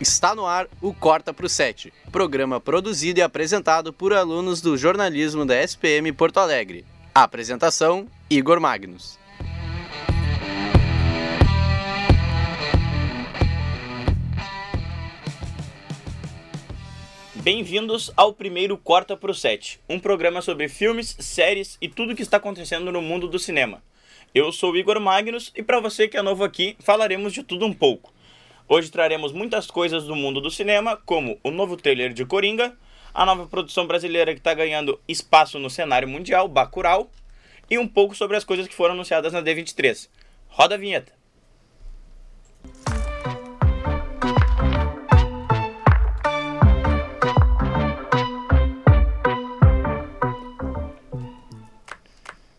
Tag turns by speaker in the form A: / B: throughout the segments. A: Está no ar o Corta pro 7, programa produzido e apresentado por alunos do jornalismo da SPM Porto Alegre. A apresentação: Igor Magnus.
B: Bem-vindos ao primeiro Corta Pro 7, um programa sobre filmes, séries e tudo o que está acontecendo no mundo do cinema. Eu sou o Igor Magnus e para você que é novo aqui, falaremos de tudo um pouco. Hoje traremos muitas coisas do mundo do cinema, como o novo trailer de Coringa, a nova produção brasileira que está ganhando espaço no cenário mundial, Bacurau, e um pouco sobre as coisas que foram anunciadas na D23. Roda a vinheta!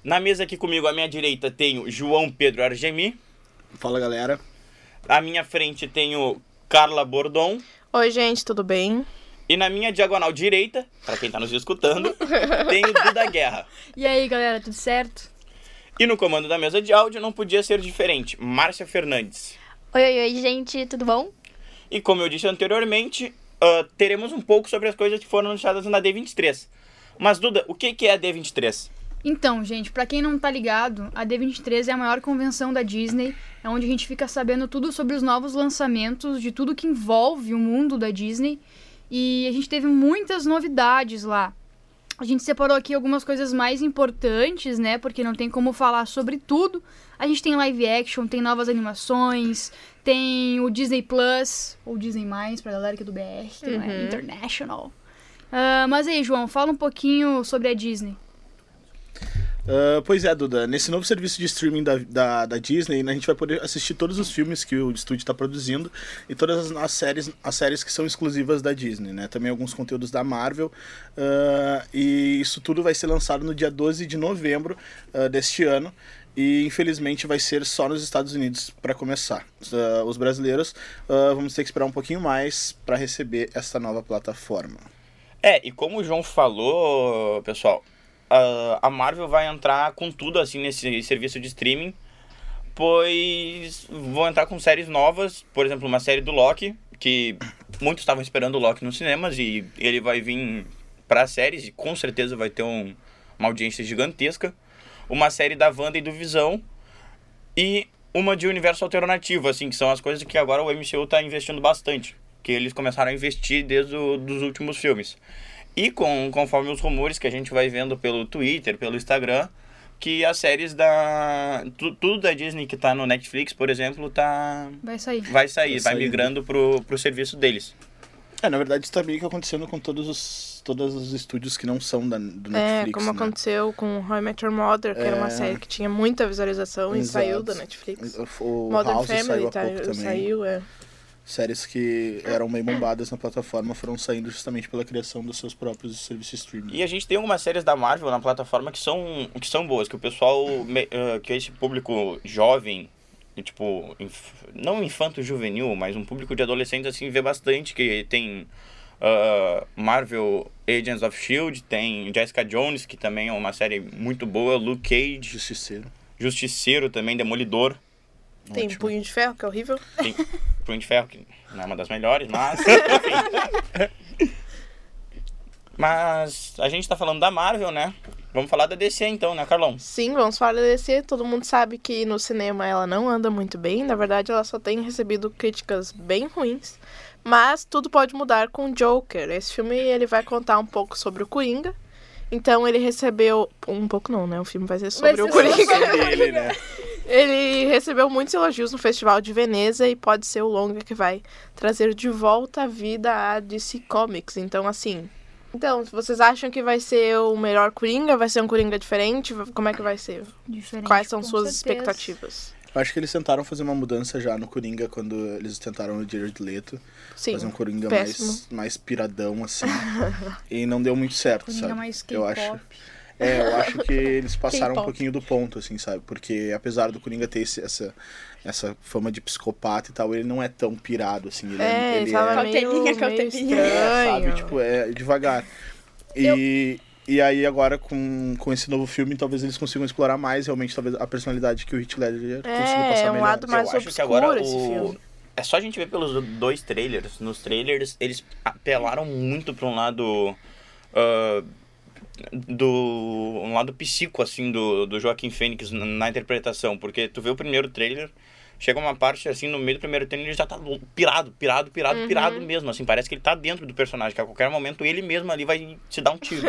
B: Na mesa aqui comigo, à minha direita, tenho João Pedro Argemi.
C: Fala galera.
B: À minha frente, tenho Carla Bordon.
D: Oi, gente, tudo bem?
B: E na minha diagonal direita, para quem tá nos escutando, tenho Duda Guerra.
E: E aí, galera, tudo certo?
B: E no comando da mesa de áudio não podia ser diferente, Márcia Fernandes.
F: Oi, oi, oi, gente, tudo bom?
B: E como eu disse anteriormente, ah, teremos um pouco sobre as coisas que foram anunciadas na D23. Mas, Duda, o que que é a D23?
E: Então, gente, pra quem não tá ligado, a D23 é a maior convenção da Disney, é onde a gente fica sabendo tudo sobre os novos lançamentos, de tudo que envolve o mundo da Disney. E a gente teve muitas novidades lá. A gente separou aqui algumas coisas mais importantes, né? Porque não tem como falar sobre tudo. A gente tem live action, tem novas animações, tem o Disney Plus, ou Disney Mais, pra galera que é do BR, que não é international. Ah, mas aí, João, fala um pouquinho sobre a Disney.
C: Ah, pois é, Duda, nesse novo serviço de streaming da, da, da Disney, né, a gente vai poder assistir todos os filmes que o estúdio está produzindo e todas as, as séries, as séries que são exclusivas da Disney, né? Também alguns conteúdos da Marvel. ah, e isso tudo vai ser lançado no dia 12 de novembro ah, deste ano. E infelizmente vai ser só nos Estados Unidos para começar. Ah, os brasileiros ah, vamos ter que esperar um pouquinho mais para receber essa nova plataforma.
B: É, e como o João falou, pessoal, a- a Marvel vai entrar com tudo assim nesse serviço de streaming, pois vão entrar com séries novas, por exemplo, uma série do Loki, que muitos estavam esperando o Loki nos cinemas e ele vai vir para séries e com certeza vai ter um- uma audiência gigantesca. Uma série da Wanda e do Visão e uma de universo alternativo, assim, que são as coisas que agora o MCU tá investindo bastante, que eles começaram a investir desde os últimos filmes. E com, conforme os rumores que a gente vai vendo pelo Twitter, pelo Instagram, que as séries da. tu- tudo da Disney que tá no Netflix, por exemplo, tá.
E: Vai sair.
B: Vai sair,
C: Tá
B: vai
C: saindo.
B: migrando pro, pro serviço deles.
C: É, na verdade, isso tá meio que acontecendo com todos os, todos os estúdios que não são da, do Netflix.
D: É, como
C: né?
D: aconteceu com How I Met Your Mother, que era
C: É.
D: uma série que tinha muita visualização e
C: Exato.
D: saiu da Netflix.
C: O
D: Modern
C: House saiu
D: Family
C: há pouco
D: tá-
C: também.
D: saiu, é.
C: Séries que eram meio bombadas na plataforma foram saindo justamente pela criação dos seus próprios serviços streaming.
B: E a gente tem algumas séries da Marvel na plataforma que são, que são boas, que o pessoal. me- eh, que esse público jovem, e, tipo, inf- não infanto-juvenil, mas um público de adolescentes assim, vê bastante, que tem ah, Marvel Agents of Shield, tem Jessica Jones, que também é uma série muito boa, Luke Cage,
C: Justiceiro.
B: Justiceiro também, Demolidor,
D: Tem
C: Ótimo.
D: Punho de Ferro, que é horrível.
B: tem Punho de Ferro, que não é uma das melhores, mas. enfim. mas a gente tá falando da Marvel, né? Vamos falar da DC então, né, Carlão?
D: Sim, vamos falar da DC. Todo mundo sabe que no cinema ela não anda muito bem. Na verdade, ela só tem recebido críticas bem ruins. Mas tudo pode mudar com Joker. Esse filme ele vai contar um pouco sobre o Coringa. Então ele recebeu. Um pouco não, né? O filme vai ser sobre
E: Vai ser
D: o
E: sobre-
D: Coringa.
C: Dele, né?
D: Ele recebeu muitos elogios no Festival de Veneza e pode ser o longa que vai trazer de volta à vida a DC Comics. Então, assim. Então, se vocês acham que vai ser o melhor Coringa? Vai ser um Coringa diferente? Como é que vai ser?
E: Diferente,
D: Quais são
E: com
D: suas
E: certeza.
D: expectativas?
C: Eu acho que eles tentaram fazer uma mudança já no Coringa quando eles tentaram o Jared Leto.
D: Sim.
C: fazer um Coringa
D: péssimo.
C: mais, mais piradão, assim. e não deu muito certo,
E: Coringa
C: sabe?
E: é mais
C: eu
E: K-pop.
C: acho. É, eu acho que eles passaram um
D: K-pop.
C: pouquinho do ponto, assim, sabe? Porque apesar do Coringa ter esse- essa, essa fama de psicopata e tal, ele não é tão pirado, assim. Ele
D: É,
C: ele
D: ele tava meio,
F: Cautelinha,
D: meio
F: cautelinha.
C: É,
D: estranho.
C: sabe? Tipo, é devagar. E, e aí agora com, com esse novo filme, talvez eles consigam explorar mais realmente talmente a personalidade que o Heath
D: É,
C: Ledger
D: é
C: conseguiu passar
D: um
C: melhor. assim.
D: lado mais
B: eu acho que
D: obscuro
B: agora
D: esse
B: o,
D: filme.
B: É só a gente ver pelos dois trailers. Nos trailers, eles apelaram muito pra um lado. ah, do um lado psíquico assim do, do Joaquim Fênix na, na interpretação, porque tu vê o primeiro trailer, chega uma parte assim no meio do primeiro trailer ele já tá lou- pirado, pirado, pirado,
D: Uhum.
B: pirado mesmo, assim, parece que ele tá dentro do personagem, que a qualquer momento ele mesmo ali vai te dar um tiro.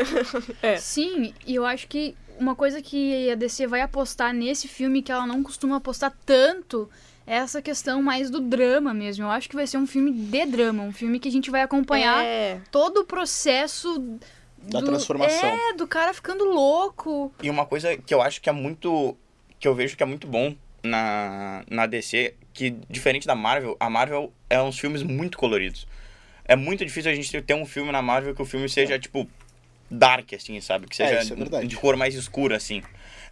D: É.
E: Sim, e eu acho que uma coisa que a DC vai apostar nesse filme que ela não costuma apostar tanto é essa questão mais do drama mesmo. Eu acho que vai ser um filme de drama, um filme que a gente vai acompanhar
D: É.
E: todo o processo
C: Da transformação.
E: É, do cara ficando louco.
B: E uma coisa que eu acho que é muito. que eu vejo que é muito bom na, na DC, que diferente da Marvel, a Marvel é uns filmes muito coloridos. É muito difícil a gente ter um filme na Marvel que o filme seja, tipo, dark, assim, sabe? Que
C: É,
B: seja
C: isso é verdade.
B: de cor mais escura, assim.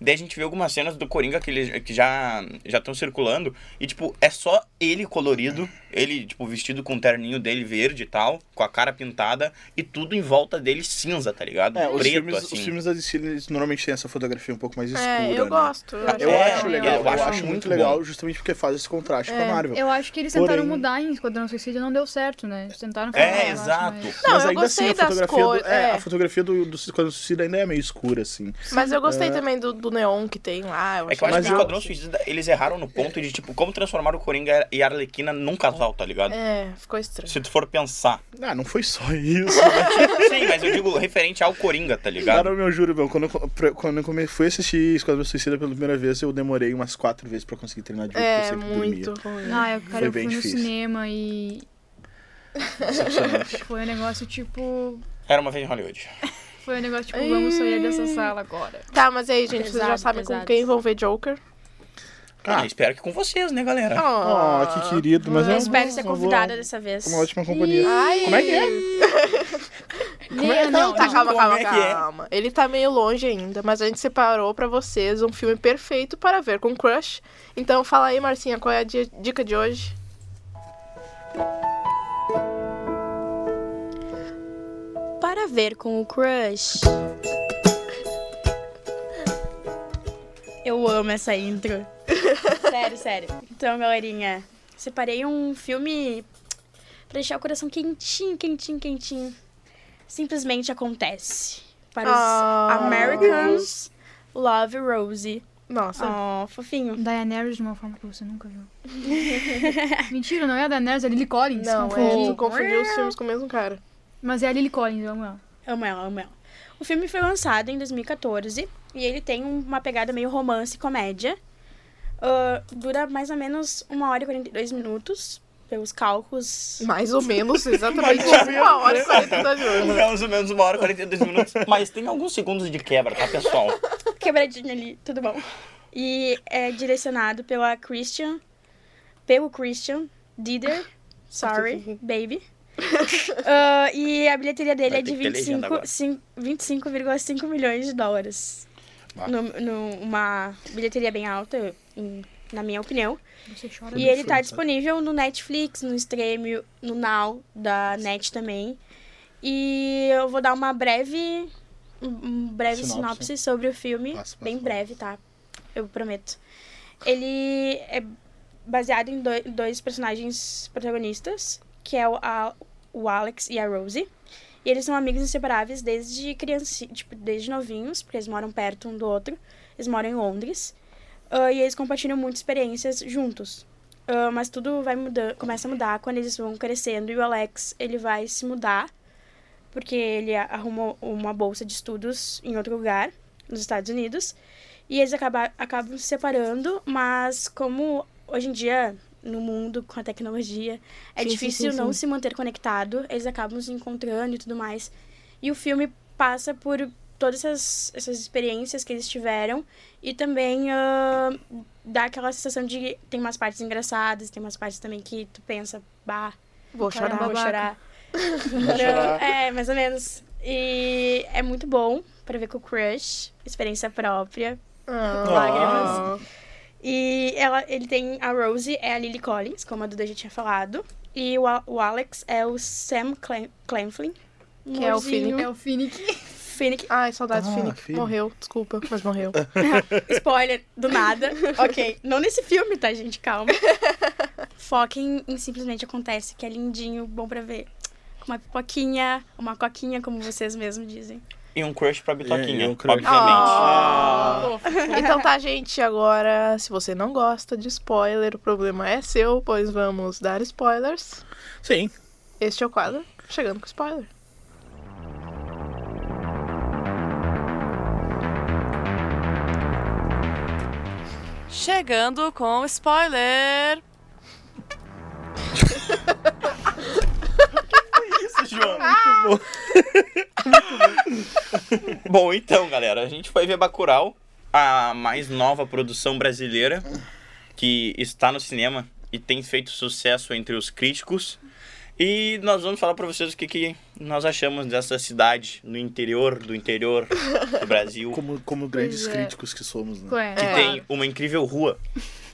B: Daí a gente vê algumas cenas do Coringa que, ele, que já já estão circulando. E, tipo, é só ele colorido. Ele, tipo, vestido com o terninho dele verde e tal. Com a cara pintada. E tudo em volta dele cinza, tá ligado?
C: É, os,
B: Preto,
C: filmes,
B: assim.
C: os filmes da DC eles normalmente têm essa fotografia um pouco mais escura.
D: É, eu
C: né?
D: gosto.
C: Ah, Eu
B: É,
C: acho
B: eu
C: legal, eu, acho, muito
B: muito
C: legal, justamente porque faz esse contraste com a
D: É,
C: Marvel.
E: Eu acho que eles tentaram
C: Porém-
E: mudar em Esquadrão Suicida não deu certo, né? Eles tentaram fazer um
B: É,
E: negócio,
B: exato.
E: mas-
D: Não,
C: Mas
D: eu
C: ainda assim, a
D: gostei das
C: fotografia, do,
D: cores,
C: é,
D: é.
C: a fotografia do, do Esquadrão Suicida ainda é meio escura, assim.
D: Mas eu gostei também do, do neon que tem lá. Eu
B: É que eu acho
D: achei
C: Mas
B: que
D: legal.
B: o Esquadrão Suicida, eles erraram no ponto de, tipo, como transformar o Coringa e a Arlequina num casal, tá ligado?
D: É, ficou estranho.
B: Se tu for pensar.
C: Ah, não foi só isso, né?
B: Sim, mas eu digo referente ao Coringa, tá
C: Cara,
B: ligado?
C: eu meu juro, meu, quando eu, co- quando eu come- fui assistir Esquadrão Suicida pela primeira vez, eu demorei umas quatro vezes pra conseguir terminar de ver, porque eu
D: É,
C: sempre
D: muito
C: dormia.
D: ruim.
E: Ah, eu, cara,
C: Foi
E: eu
C: bem
E: fui no
C: difícil.
E: cinema e
B: Decepcionante.
E: foi um negócio tipo.
B: Era uma vez em Hollywood.
E: Foi um negócio tipo, vamos sair dessa sala agora.
D: Tá, mas e aí, gente, vocês já
F: Pesado,
D: sabem com
F: pesado.
D: quem vão ver Joker?
C: Tá.
B: Ah, espero que com vocês, né, galera?
D: Ah.
C: Oh, que querido, mas é
F: Eu
C: uma-
F: espero ser
C: uma boa-
F: convidada dessa vez.
C: Uma ótima companhia.
D: Ai.
C: Como é que é?
E: Como é que não,
D: Tá, calma,
B: Como
D: calma,
B: é que é?
D: calma. Ele tá meio longe ainda, mas a gente separou pra vocês um filme perfeito para ver com crush. Então fala aí, Marcinha, qual é a di- dica de hoje?
F: Para ver com o crush. Eu amo essa intro. sério, sério. Então, galerinha, separei um filme pra deixar o coração quentinho, quentinho, quentinho. Simplesmente acontece. Para os
D: Ah.
F: Americans Love Rosie.
D: Nossa.
F: Oh, fofinho.
E: Daenerys de uma forma que você nunca viu. Mentira, não é a Daenerys, é a Lily Collins.
D: Não, é,
E: confundi.
D: tu confundiu os filmes com o mesmo cara.
E: Mas é a Lily Collins, vamos lá.
F: Amo ela, amo ela. O filme foi lançado em 2014 e ele tem um, uma pegada meio romance e comédia. Ah, dura mais ou menos 1 hora e 42 minutos, pelos cálculos.
D: Mais ou menos, exatamente. Uma hora e 42 minutos.
B: Mais ou menos uma hora e 42 minutos. Mas tem alguns segundos de quebra, tá, pessoal?
F: Quebradinho ali, tudo bom. E é direcionado pela Christian, pelo Christian Dider, sorry, baby. Ah, e a bilheteria dele
B: Vai
F: é de
B: ter que ter legenda
F: 25
B: agora.
F: cin- 25,5 milhões de dólares.
B: Bah.
F: Num- numa bilheteria bem alta, em- na minha opinião.
E: Você chora.
F: E ele tá disponível no Netflix, no Stream, no Now, da Net também. E eu vou dar uma breve, um- um breve
C: Sinopse.
F: sinopse. sobre o filme.
C: Passa, passa,
F: bem
C: passa.
F: breve, tá? Eu prometo. Ele é baseado em doi- dois personagens protagonistas, que é o, a- o Alex e a Rosie. E eles são amigos inseparáveis desde criança, tipo, desde novinhos, porque eles moram perto um do outro. Eles moram em Londres. Ah, e eles compartilham muitas experiências juntos. Ah, mas tudo vai mudando, começa a mudar quando eles vão crescendo e o Alex, ele vai se mudar porque ele a- arrumou uma bolsa de estudos em outro lugar, nos Estados Unidos. E eles acaba, acabam se separando, mas como hoje em dia, no mundo, com a tecnologia, é
E: Sim, sim,
F: difícil
E: sim,
F: não
E: sim.
F: se manter conectado, eles acabam se encontrando e tudo mais. E o filme passa por todas essas, essas experiências que eles tiveram e também ah, dá aquela sensação de tem umas partes engraçadas, tem umas partes também que tu pensa, bah,
D: Vou
F: Caramba,
D: chorar.
F: vou
E: babaca.
F: chorar.
C: Vou chorar.
F: É, mais ou menos. E é muito bom pra ver com o crush, experiência própria.
D: Ah,
F: Lágrimas. E ela, ele tem a Rose é a Lily Collins, como a Duda já tinha falado, e o, A- o Alex é o Sam Clem- Clemflin.
D: Que é o
F: Amorzinho.
E: É o Finnick.
F: Finnick.
D: Ai, saudades
C: Ah,
D: do Phoenix.
C: filho.
D: Morreu, desculpa, mas morreu.
F: Spoiler, do nada. ok, não nesse filme, tá, gente? Calma. Foquem em Simplesmente Acontece, que é lindinho, bom pra ver. Com uma pipoquinha, uma coquinha, como vocês mesmos dizem.
B: E um crush pra Bitoquinha,
C: É, um crush.
B: obviamente.
D: Ah.
F: Ah.
D: Então tá, gente, agora, se você não gosta de spoiler, o problema é seu, pois vamos dar spoilers.
C: Sim.
D: Este é o quadro Chegando com Spoiler.
G: Chegando com spoiler.
B: Isso, João, muito
D: Ah!
B: bom. Muito bom. bom, então, galera, a gente foi ver Bacurau, a mais nova produção brasileira que está no cinema e tem feito sucesso entre os críticos. E nós vamos falar pra vocês o que, que nós achamos dessa cidade no interior do interior do Brasil,
C: Como, como grandes
D: Pois é.
C: críticos que somos, né?
E: É.
B: que tem uma incrível rua.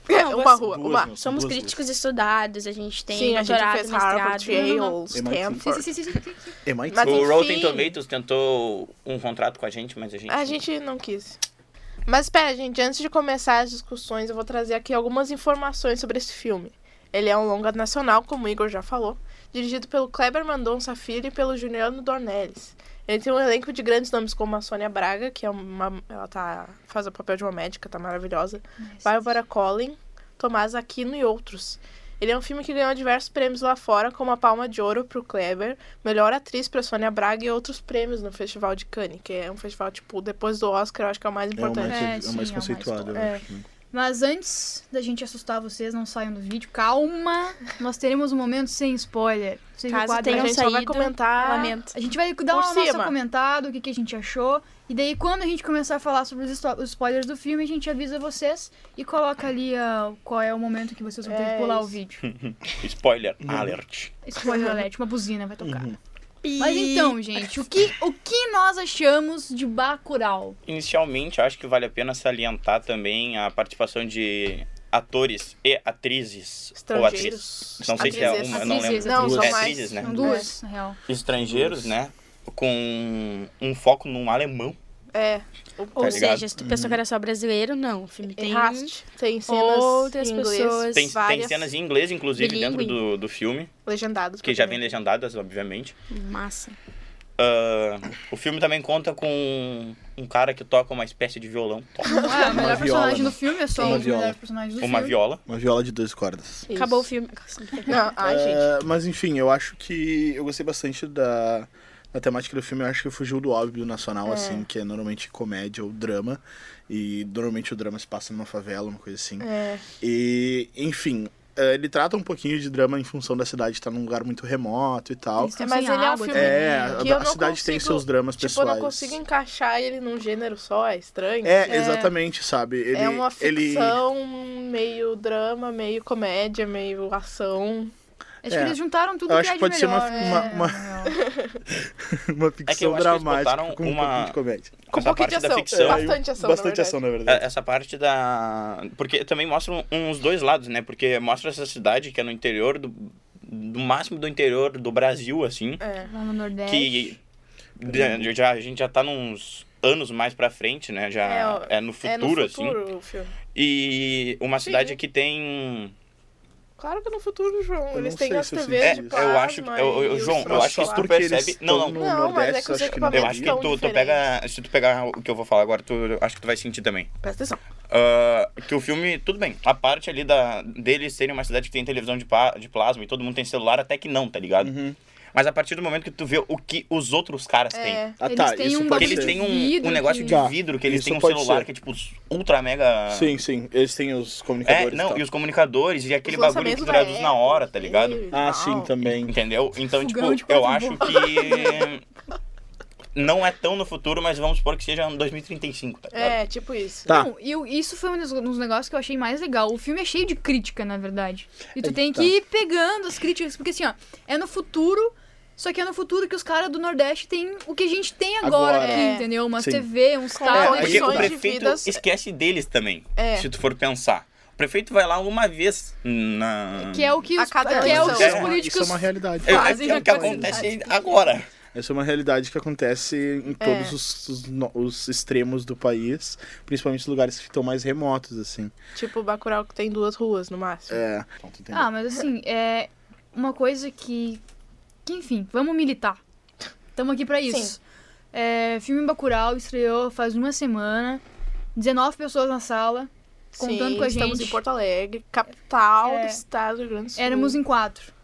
F: Não,
D: uma
F: você-
D: rua,
C: Duas,
D: uma.
C: não, são
F: Somos
C: duas
F: críticos estudados, a gente tem
D: Sim, a gente
F: doutorado,
D: fez Harvard,
F: mestrado.
E: Yale. não, não.
D: Yale,
C: MIT.
E: Sim,
D: Stanford.
E: sim, sim, sim, sim, sim.
C: duas. MIT.
D: Mas é
B: o
D: enfim-
B: Rotten Tomatoes tentou um contrato com a gente, mas a gente.
D: A gente não quis. Mas espera, gente, antes de começar as discussões, eu vou trazer aqui algumas informações sobre esse filme. Ele é um longa nacional, como o Igor já falou, dirigido pelo Kleber Mendonça Filho e pelo Juliano Dornelles. Ele tem um elenco de grandes nomes como a Sônia Braga, que é uma ela tá faz o papel de uma médica, tá maravilhosa. Bárbara Collin, Tomás Aquino e outros. Ele é um filme que ganhou diversos prêmios lá fora, como a Palma de Ouro pro Kleber, Melhor Atriz pra Sônia Braga e outros prêmios no Festival de Cannes, que é um festival, tipo, depois do Oscar, eu acho que é o mais
C: É o mais,
D: importante.
E: É,
C: é, o
E: sim,
C: mais
E: é o
C: conceituado,
D: mais-
C: eu acho. né?
E: Mas antes da gente assustar vocês, não saiam do vídeo. Calma, nós teremos um momento sem spoiler. Vocês
F: Caso
E: aguardem.
F: tenham
D: a gente só vai
F: saído,
D: comentar...
F: Lamento.
E: A gente vai dar
D: Por
E: uma nossa
D: cima.
E: comentada, o que, que a gente achou. E daí, quando a gente começar a falar sobre os, esto- os spoilers do filme, a gente avisa vocês e coloca ali ah, qual é o momento que vocês vão ter
D: É
E: que pular o
D: isso.
E: vídeo.
B: Spoiler alert.
E: Spoiler alert, uma buzina
D: É.
E: vai tocar.
D: Uhum.
C: Uhum.
E: Mas então, gente, o que, o que nós achamos de Bacurau?
B: Inicialmente, eu acho que vale a pena salientar também a participação de atores e atrizes. Ou atrizes.
D: Estrangeiros.
B: Não sei se é
D: Atrizes.
B: uma, não
E: Atrizes,
B: lembro.
D: Não, são
B: é
D: mais.
B: atrizes, né?
E: São duas, na real.
B: Estrangeiros, né? Com um foco num alemão.
D: É.
F: Ou
B: Tá ligado?
F: seja, se tu pensou que era só brasileiro, não. O filme tem
D: Erraste. Tem cenas
F: outras
D: em inglês,
F: pessoas.
B: Tem, tem
D: várias
B: cenas em inglês, inclusive,
F: Bilíngue.
B: dentro do, do filme,
D: legendadas.
B: que já vem
D: provavelmente.
B: legendadas, obviamente.
F: massa.
B: Ah, o filme também conta com um cara que toca uma espécie de violão, toca
E: Não é o melhor
C: viola,
E: personagem
C: né?
E: do filme, é só
C: Uma
E: um dos
C: viola.
E: melhores personagens do
B: uma
E: filme.
B: viola.
C: Uma viola de duas cordas.
D: Isso.
F: Acabou o filme.
D: Não, ai, gente.
C: É, mas enfim, eu acho que eu gostei bastante da, da temática do filme. Eu acho que fugiu do óbvio nacional, assim, que é normalmente comédia ou drama. E normalmente o drama se passa numa favela, uma coisa assim.
D: É.
C: E, enfim, eh, ele trata um pouquinho de drama em função da cidade estar num lugar muito remoto e tal.
E: Eles estão
D: Mas
E: sem
D: ele é um
E: água
D: filme-
E: também.
C: É, a,
D: Que eu
C: a
D: não
C: cidade tem
D: consigo-
C: seus dramas
D: Tipo,
C: pessoais.
D: eu não consigo encaixar ele num gênero só, é estranho.
C: É, exatamente, sabe? Ele,
D: é uma
C: ele-
D: ficção, meio drama, meio comédia, meio ação.
E: Acho
C: É.
E: que eles juntaram tudo
C: Eu
E: que
C: acho
E: há
C: que
E: de
C: pode ser
E: melhor,
C: uma-
E: né?
D: é.
C: uma- uma-
E: Não,
C: uma
B: É que eu
C: ficção
B: acho que eles
C: dramática
B: botaram
C: com um
B: uma-
C: pouquinho de comédia.
D: Com um
B: Essa
D: pouquinho de
B: parte da
D: ação.
B: ficção.
D: Bastante ação, na
C: é Bastante
D: verdade.
C: ação, na verdade.
B: É, essa parte da. Porque também mostra um- uns dois lados, né? Porque mostra essa cidade que é no interior do. do máximo do interior do Brasil, assim.
D: É.
E: Lá no Nordeste.
B: Que. de- já- a gente já tá nos anos mais pra frente, né?
D: É,
B: Já
D: ó,
B: é, no
D: é no
B: futuro, assim.
D: futuro o filme.
B: E uma cidade que tem.
D: Claro que é no futuro, João.
C: Eu
D: eles
C: não
D: têm
C: sei
D: as
C: se eu
D: TVs
B: É,
C: senti
D: de
C: isso.
D: plasma.
B: eu acho que. eu- eu-
D: e os
B: É, João, eu
D: sons.
B: acho que se tu
C: porque eles
B: percebe. Não,
C: estão
B: não.
C: no
D: Não, mas é
C: Nordeste,
D: que os
C: acho que não.
B: Eu acho que
D: tão
B: tu, tu
D: diferentes.
B: pega. Se tu pegar o que eu vou falar agora, tu, eu acho que tu vai sentir também.
D: Presta atenção.
B: Ah, que o filme, tudo bem. A parte ali da, deles serem uma cidade que tem televisão de, pa- de plasma e todo mundo tem celular, até que não, tá ligado?
C: Uhum.
B: Mas a partir do momento que tu vê o que os outros caras têm.
D: É.
C: Ah,
E: Eles
C: tá,
E: têm
C: isso
E: um
B: Porque
C: pode
E: bagulho
C: ser.
B: eles têm um,
E: vidro
B: um negócio
E: que-
B: de
C: Tá.
B: vidro, que eles
C: Isso
B: têm um
C: pode
B: celular
C: ser.
B: que é tipo ultra mega.
C: Sim, sim. Eles têm os
B: É,
C: comunicadores.
B: não,
C: e
B: e os comunicadores e aquele
D: Os
B: bagulho que
D: lançamentos é
B: tu
D: da
B: traduz na
D: Apple,
B: hora, tá ligado?
D: e
C: Ah,
D: tal.
C: sim, também.
B: Entendeu? Então,
E: Fogão
B: tipo,
E: de
B: eu acho
E: quatro
B: que. Não é tão no futuro, mas vamos supor que seja ano 2035, tá ligado?
D: É, tipo isso.
C: Tá.
E: Não, e eu- isso foi um dos, um dos negócios que eu achei mais legal. O filme é cheio de crítica, na verdade. E tu
C: É,
E: tem
C: tá.
E: que ir pegando as críticas, porque assim, ó, é no futuro, só que é no futuro que os caras do Nordeste têm o que a gente tem agora,
C: Agora.
E: aqui,
D: É.
E: entendeu? Umas
C: Sim.
E: TV, uns
D: Com
E: um
C: É,
E: tal.
B: Porque
D: as
B: o
D: condições de
B: prefeito
D: vidas-
B: esquece deles também,
D: É.
B: se tu for pensar. O prefeito vai lá uma vez na...
E: Que é o que
D: A
E: os,
D: cada
E: que é o
D: eleição.
E: que os
C: É,
E: políticos
C: Isso é uma realidade.
B: É,
E: fazem
B: é o
E: na
B: que
E: tua
B: acontece agora.
C: Essa é uma realidade que acontece em todos os, os no- os extremos do país, principalmente os lugares que estão mais remotos, assim.
D: Tipo o Bacurau que tem duas ruas no máximo.
C: É. Então, tu entendeu?
E: Ah, mas assim, é uma coisa que. que enfim, vamos militar. Estamos aqui pra isso. É, filme Bacurau estreou faz uma semana, 19 pessoas na sala, contando
D: Sim,
E: com a
D: estamos
E: gente.
D: em Porto Alegre, capital
E: É.
D: do estado do Rio Grande do Sul.
E: éramos em quatro.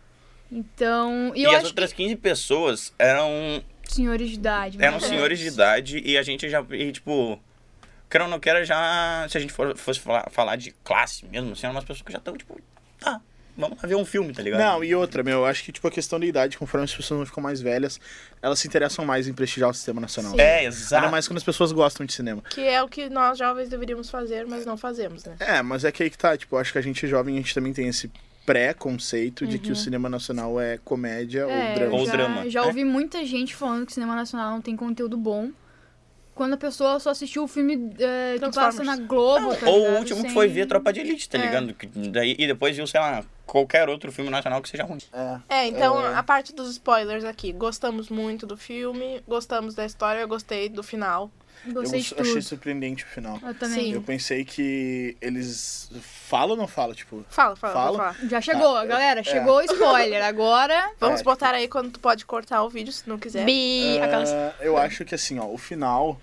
E: Então. E
B: E
E: eu
B: as
E: acho
B: outras 15 pessoas eram,
E: que. Senhores de idade. né?
B: eram
E: mas-
B: senhores de idade e a gente já, e, tipo, quer ou não quer, já, se a gente for- fosse falar, falar de classe mesmo, assim, eram umas pessoas que já estão, tipo, ah, vamos lá ver um filme, tá ligado?
C: Não, e outra, meu, eu acho que tipo a questão da idade, conforme as pessoas vão ficam mais velhas, elas se interessam mais em prestigiar o sistema nacional.
D: Sim.
B: É,
C: Ainda
B: exato.
C: mais quando as pessoas gostam de cinema.
D: Que é o que nós jovens deveríamos fazer, mas não fazemos, né?
C: É, mas é que aí que tá, tipo, eu acho que a gente jovem, a gente também tem esse pré-conceito de que o cinema nacional é comédia
E: Uhum. É,
C: ou drama.
B: Ou
E: já,
B: drama,
E: Já
B: é.
E: ouvi muita gente falando que cinema nacional não tem conteúdo bom. Quando a pessoa só assistiu o filme é, que
D: Transformers.
E: passa na Globo. tá
B: Ou
E: ligado?
B: o último
E: Sem-
B: que foi ver Tropa de Elite, tá ligado? Que daí- e depois viu, sei lá, qualquer outro filme nacional que seja ruim.
C: É.
D: É, então a parte dos spoilers aqui. Gostamos muito do filme, gostamos da história, eu gostei do final.
C: Eu
E: Gostei de tudo. Ah,
C: achei surpreendente o final.
E: Eu também.
C: Eu pensei que eles falam ou não falam, tipo,
D: Fala, fala,
C: Fala.
D: fala. fala.
E: Já chegou,
B: Ah, é.
E: galera. Chegou o spoiler. Agora.
D: Vamos
C: É,
D: botar aí quando tu pode cortar o vídeo, se não quiser.
F: Bi, aquelas.
C: Ah,
E: É.
C: eu acho que assim, ó, o final,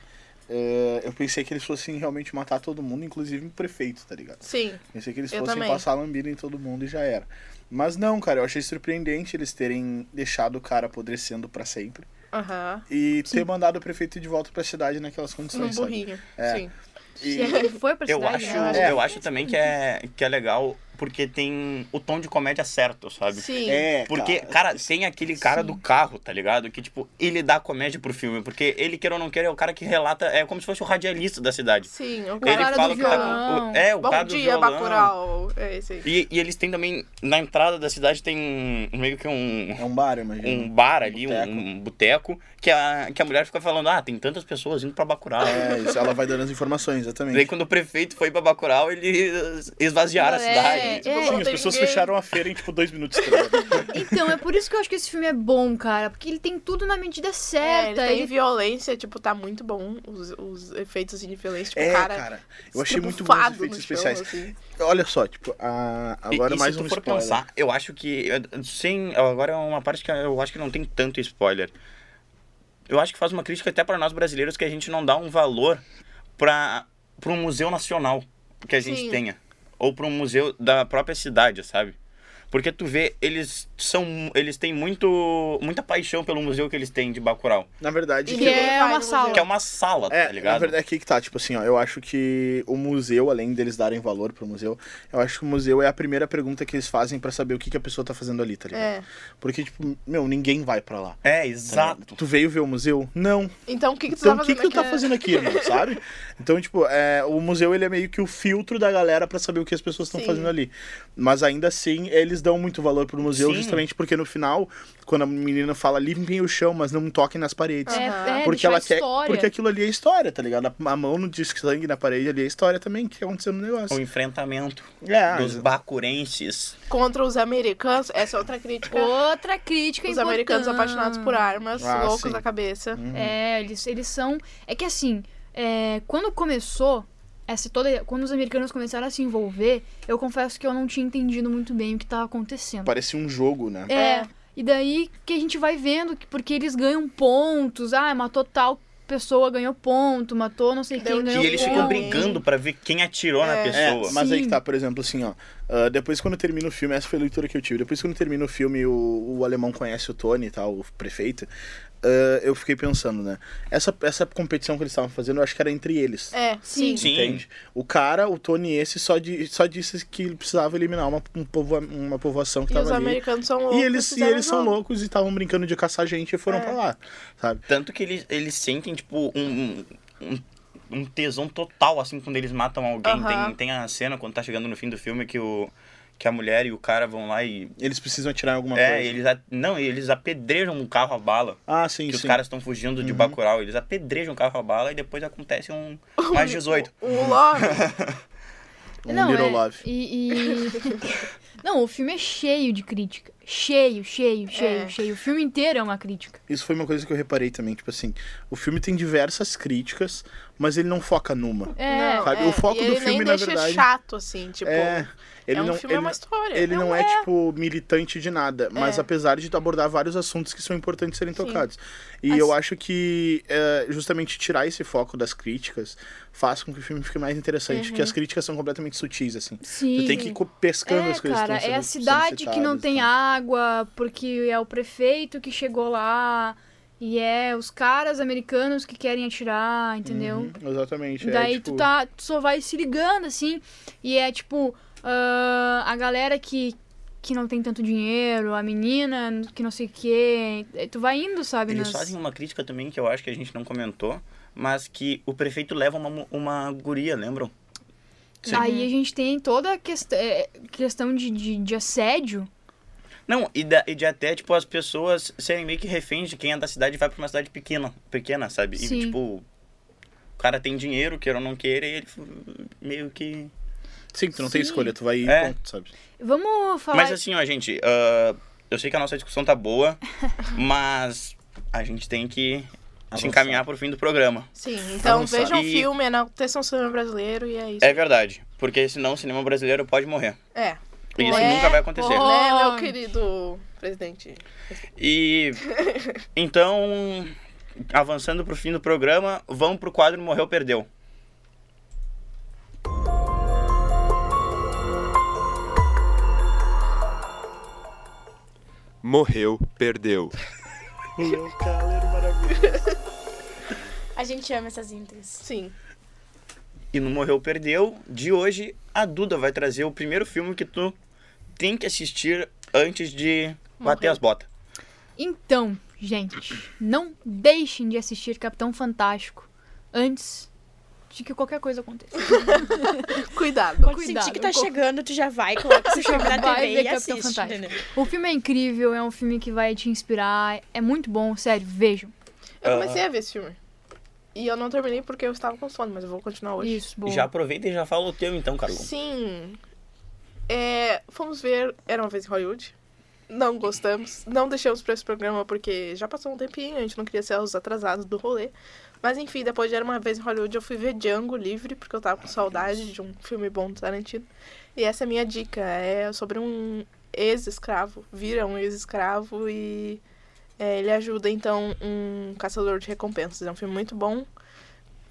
C: ah, eu pensei que eles fossem realmente matar todo mundo, inclusive o prefeito, tá ligado?
D: Sim.
C: Pensei que eles
D: Eu
C: fossem
D: também.
C: passar a lambida em todo mundo e já era. Mas não, cara, eu achei surpreendente eles terem deixado o cara apodrecendo pra sempre
D: Aham.
C: e ter mandado o prefeito de volta pra cidade naquelas condições.
D: Num
C: sabe?
D: burrinho.
C: É.
D: Sim.
C: E-
E: E ele foi pra
B: Eu
E: cidade,
B: acho,
E: né?
C: É.
B: eu acho também que é, que é legal porque tem o tom de comédia certo, sabe?
D: Sim.
C: É,
B: Porque,
C: cara.
B: cara, tem aquele cara do carro, tá ligado? Que, tipo, ele dá comédia pro filme. Porque ele, queira ou não queira, é o cara que relata. É como se fosse o radialista da cidade.
D: Sim, o
B: ele
D: cara
E: do
B: fala que tá com.
E: violão.
B: o- é, o cara
D: Bom
B: do
D: dia,
B: violão.
D: Bacurau. É esse aí.
B: E, e eles têm também. Na entrada da cidade tem meio que um.
C: É um bar, imagina.
B: Um bar ali, um-
C: Boteco.
B: um boteco, que a, que a mulher fica falando: Ah, tem tantas pessoas indo pra Bacurau.
C: É, isso, ela vai dando as informações,
B: Daí,
C: exatamente.
B: quando o prefeito foi pra Bacurau, eles esvaziaram a
E: É,
B: cidade.
E: é,
C: Sim, as pessoas fecharam a feira em tipo dois minutos. tá ligado?
E: Então, é por isso que eu acho que esse filme é bom, cara. Porque ele tem tudo na medida
D: É,
E: certa.
D: ele tem
E: ele-
D: violência, tipo, tá muito bom os, os efeitos assim, de violência. Tipo,
C: é,
D: o cara,
C: cara. Eu achei muito bons os
D: estrabufado
C: efeitos
D: no chão,
C: especiais.
D: assim.
C: Olha só, tipo, a-
B: E-
C: agora
B: e
C: mais
B: se tu
C: um
B: for
C: spoiler.
B: pensar, eu acho que eh, sem agora é uma parte que eu acho que não tem tanto spoiler. Eu acho que faz uma crítica até para nós brasileiros que a gente não dá um valor para para um museu nacional que a gente
D: Sim.
B: tenha ou para um museu da própria cidade, sabe? Porque tu vê, eles são eles têm muito muita paixão pelo museu que eles têm de Bacurau,
C: Na verdade,
D: E
E: Que
C: que-
D: ninguém
E: é
D: vai
E: uma
D: no
E: sala.
D: museu.
B: que é uma sala,
C: É,
B: tá
C: na
B: ligado?
C: verdade é aqui que tá, tipo assim, ó, eu acho que o museu, além deles darem valor pro museu, eu acho que o museu é a primeira pergunta que eles fazem pra saber o que, que a pessoa tá fazendo ali, tá ligado?
B: um
D: É.
C: Porque, tipo, meu, ninguém vai pra lá.
B: É,
C: tá ligado?
B: exato.
C: Tu veio ver o museu? Não.
D: Então, o que, que tu
C: Então o
D: tá
C: que,
D: fazendo
C: que tu tá
D: aqui?
C: fazendo aqui, irmão, sabe? Então, tipo, é, o museu ele é meio que o filtro da galera pra saber o que as pessoas estão
D: Sim.
C: fazendo ali. Mas ainda assim, eles dão muito valor pro museu,
B: Sim.
C: justamente porque no final, quando a menina fala, limpem o chão, mas não toquem nas paredes.
E: É, é,
C: porque
E: deixar
C: ela
E: a
C: quer.
E: história.
C: Porque aquilo ali é história, tá ligado? A, a mão no disco de sangue na parede ali é história também, que aconteceu no
B: O
C: negócio.
B: um enfrentamento
C: É,
B: dos
C: mas-
B: bacurenses.
D: Contra os americanos, essa é outra é crítica.
E: Outra crítica
D: os
E: importante.
D: americanos apaixonados por armas,
C: Ah,
D: loucos
C: sim.
D: da cabeça.
E: É, eles, eles são. É que assim, é, quando começou. Essa toda, quando os americanos começaram a se envolver, eu confesso que eu não tinha entendido muito bem o que estava acontecendo.
C: parecia um jogo, né?
E: É. E daí que a gente vai vendo que porque eles ganham pontos. Ah, matou tal pessoa, ganhou ponto, matou não sei
D: Deu
E: quem,
B: E
D: tiro.
E: ganhou
D: Eu
B: um eles
E: ponto.
B: ficam
D: vou-
B: brigando pra ver quem atirou na
D: É.
C: É,
B: pessoa.
C: mas aí
E: Sim.
C: que tá, por exemplo, assim, ó. ah, depois quando termina o filme, essa foi a leitura que eu tive. Depois quando termina o filme, o, o alemão conhece o Tony e tal, o prefeito. ah, eu fiquei pensando, né? Essa, essa competição que eles estavam fazendo, eu acho que era entre eles.
D: É, sim.
B: Sim.
C: Entende? O cara, o Tony esse, só, di- só disse que ele precisava eliminar uma, um povo, uma povoação que
D: E os
C: tava ali.
D: americanos são loucos.
C: E eles, e
D: fizeram um-
C: eles são
D: jogo.
C: loucos e estavam brincando de caçar gente e foram pra lá, sabe?
B: Tanto que eles, eles sentem, tipo, um, um, um tesão total, assim, quando eles matam alguém.
D: Aham.
B: Tem, tem a cena quando tá chegando no fim do filme que, o, que a mulher e o cara vão lá e.
C: Eles precisam atirar em alguma
B: é,
C: coisa.
B: eles. a- não, eles apedrejam um carro a bala.
C: Ah, sim,
B: que os
C: sim.
B: caras estão fugindo
C: Uhum.
B: de Bacurau. Eles apedrejam um carro a bala e depois acontece um. Mais 18.
D: O Love,
C: Um
E: não,
C: Little
E: é,
C: Love.
E: E, e- não, o filme é cheio de crítica. cheio, cheio, cheio, cheio. O filme inteiro é uma crítica.
C: Isso foi uma coisa que eu reparei também, tipo assim, o filme tem diversas críticas, mas ele não foca numa.
E: É,
D: Não,
C: sabe?
D: é,
C: O foco
D: e
C: do
D: ele
C: filme,
D: nem
C: na
D: deixa
C: verdade,
D: chato, assim, tipo...
C: é, ele
D: é um
C: não,
D: filme, é
C: ele,
D: uma história.
C: ele não,
D: não
C: é, tipo militante de nada,
E: É.
C: mas apesar de abordar vários assuntos que são importantes serem tocados. E
E: Mas-
C: eu acho que é, justamente tirar esse foco das críticas faz com que o filme fique mais interessante, que as críticas são completamente sutis assim.
E: Uhum. sim.
C: Tu tem que ir co- pescando
E: É,
C: as coisas. que
E: cara,
C: estão
E: é a
C: sendo- né?
E: cidade
C: sendo
E: que não
C: citadas e
E: tem
C: tal.
E: água, porque é o prefeito que chegou lá, e é os caras americanos que querem atirar, entendeu?
C: Uhum, exatamente. é,
E: Daí
C: tipo,
E: tu, tá, tu só vai se ligando, assim, e é tipo, ah, a galera que, que não tem tanto dinheiro, a menina que não sei o quê, e tu vai indo, sabe?
B: Eles
E: nas-
B: fazem uma crítica também que eu acho que a gente não comentou, mas que o prefeito leva uma, mu- uma guria, lembram?
E: Aí a gente tem toda a quest- é, questão de, de, de assédio.
B: Não, e, da- e de até, tipo, as pessoas serem meio que reféns de quem é da cidade e vai pra uma cidade pequena, pequena sabe?
E: Sim.
B: E, tipo, o cara tem dinheiro, queira ou não queira, e ele hum, meio que...
C: Sim, tu não tem
E: Sim.
C: escolha, tu vai ir
B: É.
C: e ponto, sabe?
E: Vamos falar.
B: Mas assim, ó, gente, ah, eu sei que a nossa discussão tá boa, mas a gente tem que se
C: Avançar.
B: encaminhar pro fim do programa.
D: Sim, então
B: Vamos lá.
D: vejam o
B: E-
D: filme, enalteçam o cinema brasileiro e é isso.
B: É verdade, porque senão o cinema brasileiro pode morrer.
D: É.
B: E isso
D: É,
B: nunca vai acontecer.
E: porra.
D: Né, meu
E: Oi.
D: querido presidente?
B: E então, avançando pro fim do programa, vamos pro quadro Morreu Perdeu.
H: Morreu, perdeu.
F: A gente ama essas intros.
D: Sim.
B: E no Morreu Perdeu de hoje, a Duda vai trazer o primeiro filme que tu tem que assistir antes de bater as botas.
E: Então, gente, não deixem de assistir Capitão Fantástico antes de que qualquer coisa aconteça.
D: Cuidado.
F: Quando
E: Cuidado,
F: sentir que tá
E: co-
F: chegando, tu já vai, coloca esse filme na
E: Vai
F: TV
E: ver
F: e
E: Capitão
F: assiste.
E: Fantástico.
F: entendeu?
E: O filme é incrível, é um filme que vai te inspirar, é muito bom, sério, vejam.
C: Ah.
D: Eu comecei a ver esse filme. E eu não terminei porque eu estava com sono, mas eu vou continuar hoje.
E: Isso, boa.
B: Já aproveita e já fala o teu então, Carol.
D: Sim. É, fomos ver Era Uma Vez em Hollywood. Não gostamos. Não deixamos pra esse programa porque já passou um tempinho, a gente não queria ser os atrasados do rolê. Mas enfim, depois de Era Uma Vez em Hollywood, eu fui ver Django Livre, porque eu tava com saudade de um filme bom do Tarantino. E essa é a minha dica. É sobre um ex-escravo. Vira um ex-escravo e é, ele ajuda, então, um caçador de recompensas. É um filme muito bom.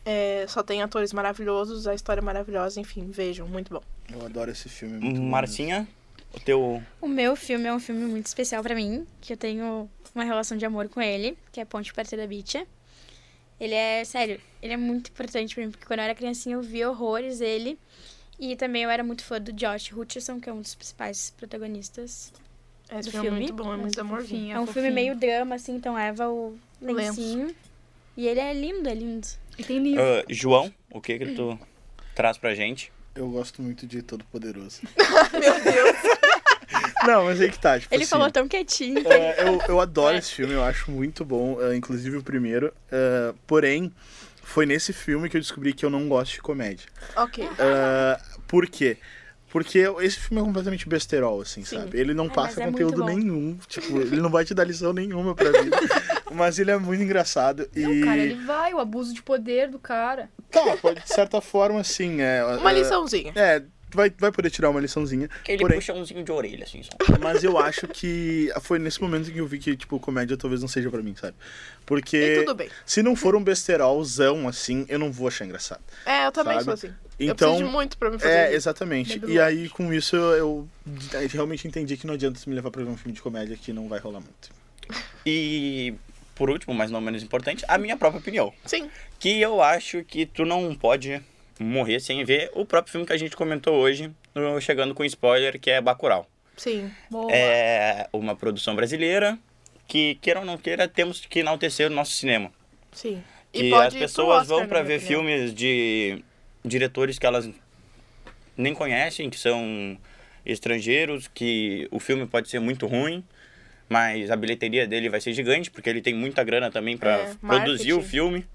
D: É, só tem atores maravilhosos, a história é maravilhosa, enfim, vejam, muito bom.
C: Eu adoro esse filme. é muito
B: Uhum.
C: bom.
B: Marcinha, o teu
F: O meu filme é um filme muito especial pra mim, que eu tenho uma relação de amor com ele, que é Ponte para da Beach. Ele é, sério, ele é muito importante pra mim, porque quando eu era criancinha eu via horrores dele. E também eu era muito fã do Josh Hutcherson, que é um dos principais protagonistas.
D: Esse
F: Do
D: filme, é
F: filme?
D: muito bom, é muito amorzinho.
E: Fofinho,
F: É um filme
E: fofinho.
F: meio drama, assim, então leva o
D: Lenço.
F: lencinho. E ele é lindo, é lindo.
E: E tem livro.
B: ah, João, o que que tu traz pra gente?
C: Eu gosto muito de Todo Poderoso. Meu Deus. Não, mas aí que tá, tipo
F: Ele
C: assim,
F: falou tão quietinho.
C: é, eu, eu adoro esse filme, eu acho muito bom, é, inclusive o primeiro. é, porém, foi nesse filme que eu descobri que eu não gosto de comédia.
D: Ok.
C: Ah, por quê? Porque esse filme é completamente besterol, assim, sabe? Ele não passa
F: mas é muito
C: conteúdo
F: bom.
C: nenhum, tipo, ele não vai te dar lição nenhuma pra vida. mas ele é muito engraçado e...
E: Não, cara, ele vai, o abuso de poder do cara.
C: Tá, pode, de certa forma, sim. É,
D: Uma
C: é,
D: liçãozinha.
C: É, tu vai, vai poder tirar uma liçãozinha.
B: Aquele
C: Porém-
B: puxãozinho de orelha, assim, só.
C: Mas eu acho que foi nesse momento que eu vi que, tipo, comédia talvez não seja pra mim, sabe?
D: E
C: Porque
D: tudo bem.
C: se não for um besterolzão assim, eu não vou achar engraçado.
D: É, eu também
C: Sabe?
D: sou assim. eu
C: Então.
D: preciso de muito pra me fazer
C: É,
D: isso.
C: exatamente.
E: Bebe
C: E aí, com isso, eu eu realmente entendi que não adianta você me levar pra ver um filme de comédia que não vai rolar muito.
B: E por último, mas não menos importante, a minha própria opinião.
D: Sim.
B: Que eu acho que tu não pode morrer sem ver o próprio filme que a gente comentou hoje, no chegando com spoiler, que é Bacurau.
D: Sim.
E: Boa.
B: É uma produção brasileira que, queira ou não queira, temos que enaltecer o nosso cinema.
D: Sim.
B: E que
D: pode
B: as
D: ir pro
B: pessoas
D: Oscar, né?
B: vão pra
D: na minha
B: ver
D: opinião.
B: filmes de diretores que elas nem conhecem, que são estrangeiros, que o filme pode ser muito ruim, mas a bilheteria dele vai ser gigante, porque ele tem muita grana também pra
D: É,
B: produzir
D: marketing.
B: o filme.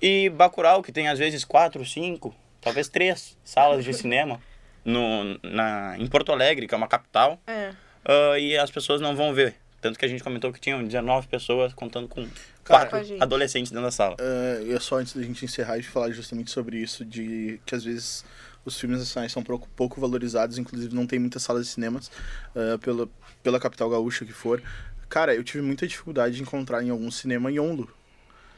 B: E Bacurau, que tem às vezes quatro, cinco, talvez três salas de cinema no, na, em Porto Alegre, que é uma capital.
D: É.
B: ah, e as pessoas não vão ver. Tanto que a gente comentou que tinham 19 pessoas contando com quatro
D: Com a gente.
B: adolescentes dentro da sala.
C: Ah, eu só antes da gente encerrar de falar justamente sobre isso, de que às vezes os filmes nacionais são pouco, pouco valorizados, inclusive não tem muitas salas de cinemas, ah, pela, pela capital gaúcha que for. Cara, eu tive muita dificuldade de encontrar em algum cinema Yondu.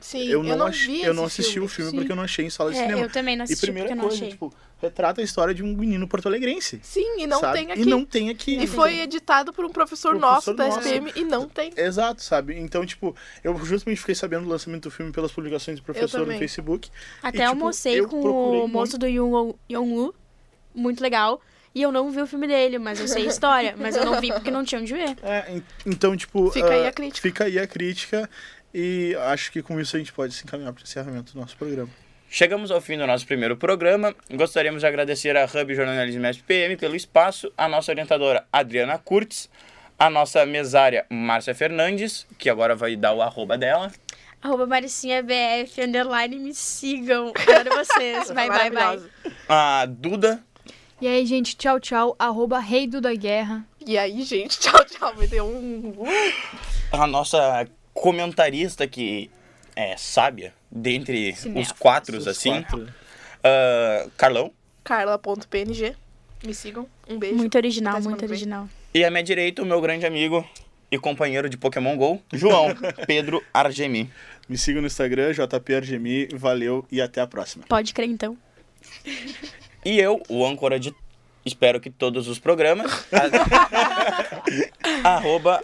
D: Sim,
C: Eu, não, ach-
D: vi
C: eu não
D: esse
C: assisti o filme
E: sim.
C: porque eu não achei em sala de
F: É,
C: cinema.
F: eu também
C: E
F: não assisti porque
C: primeira
F: eu não
C: coisa,
F: achei.
C: tipo, retrata a história de um menino porto-alegrense.
D: Sim, e não
C: sabe?
D: tem aqui.
C: E não tem aqui.
D: E foi editado por um professor,
C: Professor
D: nosso da
C: nosso.
D: SPM e não tem.
C: Exato, sabe? Então, tipo, eu justamente fiquei sabendo do lançamento do filme pelas publicações do professor no
D: também.
C: Facebook.
F: Até
C: tipo,
F: almocei
C: eu
F: com
C: procurei
F: o moço do Yung Yong-woo, muito legal. E eu não vi o filme dele, mas eu sei a história. mas eu não vi porque não tinha onde ver.
C: É, en- então, tipo.
D: Fica aí
C: ah,
D: a crítica.
C: Fica aí a crítica. E acho que com isso a gente pode se encaminhar para o encerramento do nosso programa.
B: Chegamos ao fim do nosso primeiro programa. Gostaríamos de agradecer à Hub Jornalismo SPM pelo espaço, a nossa orientadora Adriana Curtis, a nossa mesária Márcia Fernandes, que agora vai dar o arroba dela.
F: Arroba Maricinha BF, underline, me sigam. Adoro vocês. Bye, bye, bye.
D: Maravilhosa.
B: A Duda,
E: E aí, gente, tchau, tchau. Arroba Rei do da Guerra.
D: E aí, gente, tchau, tchau. Me deu um. uh,
B: a nossa comentarista que é sábia, dentre os
E: Cineasta.
B: quatro,
C: Os
B: assim.
C: quatro.
B: Ah, Carlão.
D: Carla.png. Me sigam. Um beijo.
F: Muito original,
D: Até semana
F: muito
D: que vem.
F: original.
B: E à minha direita, o meu grande amigo e companheiro de Pokémon GO, João Pedro Argemi.
C: Me sigam no Instagram, JPRGMI. Valeu e até a próxima.
F: Pode crer, então.
B: E eu, o âncora de espero que todos os programas, a- arroba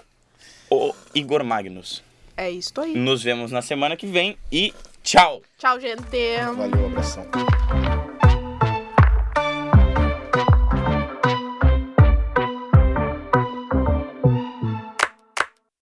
B: o Igor Magnus.
D: É isso aí.
B: Nos vemos na semana que vem e tchau!
D: Tchau, gente.
C: Valeu, abração.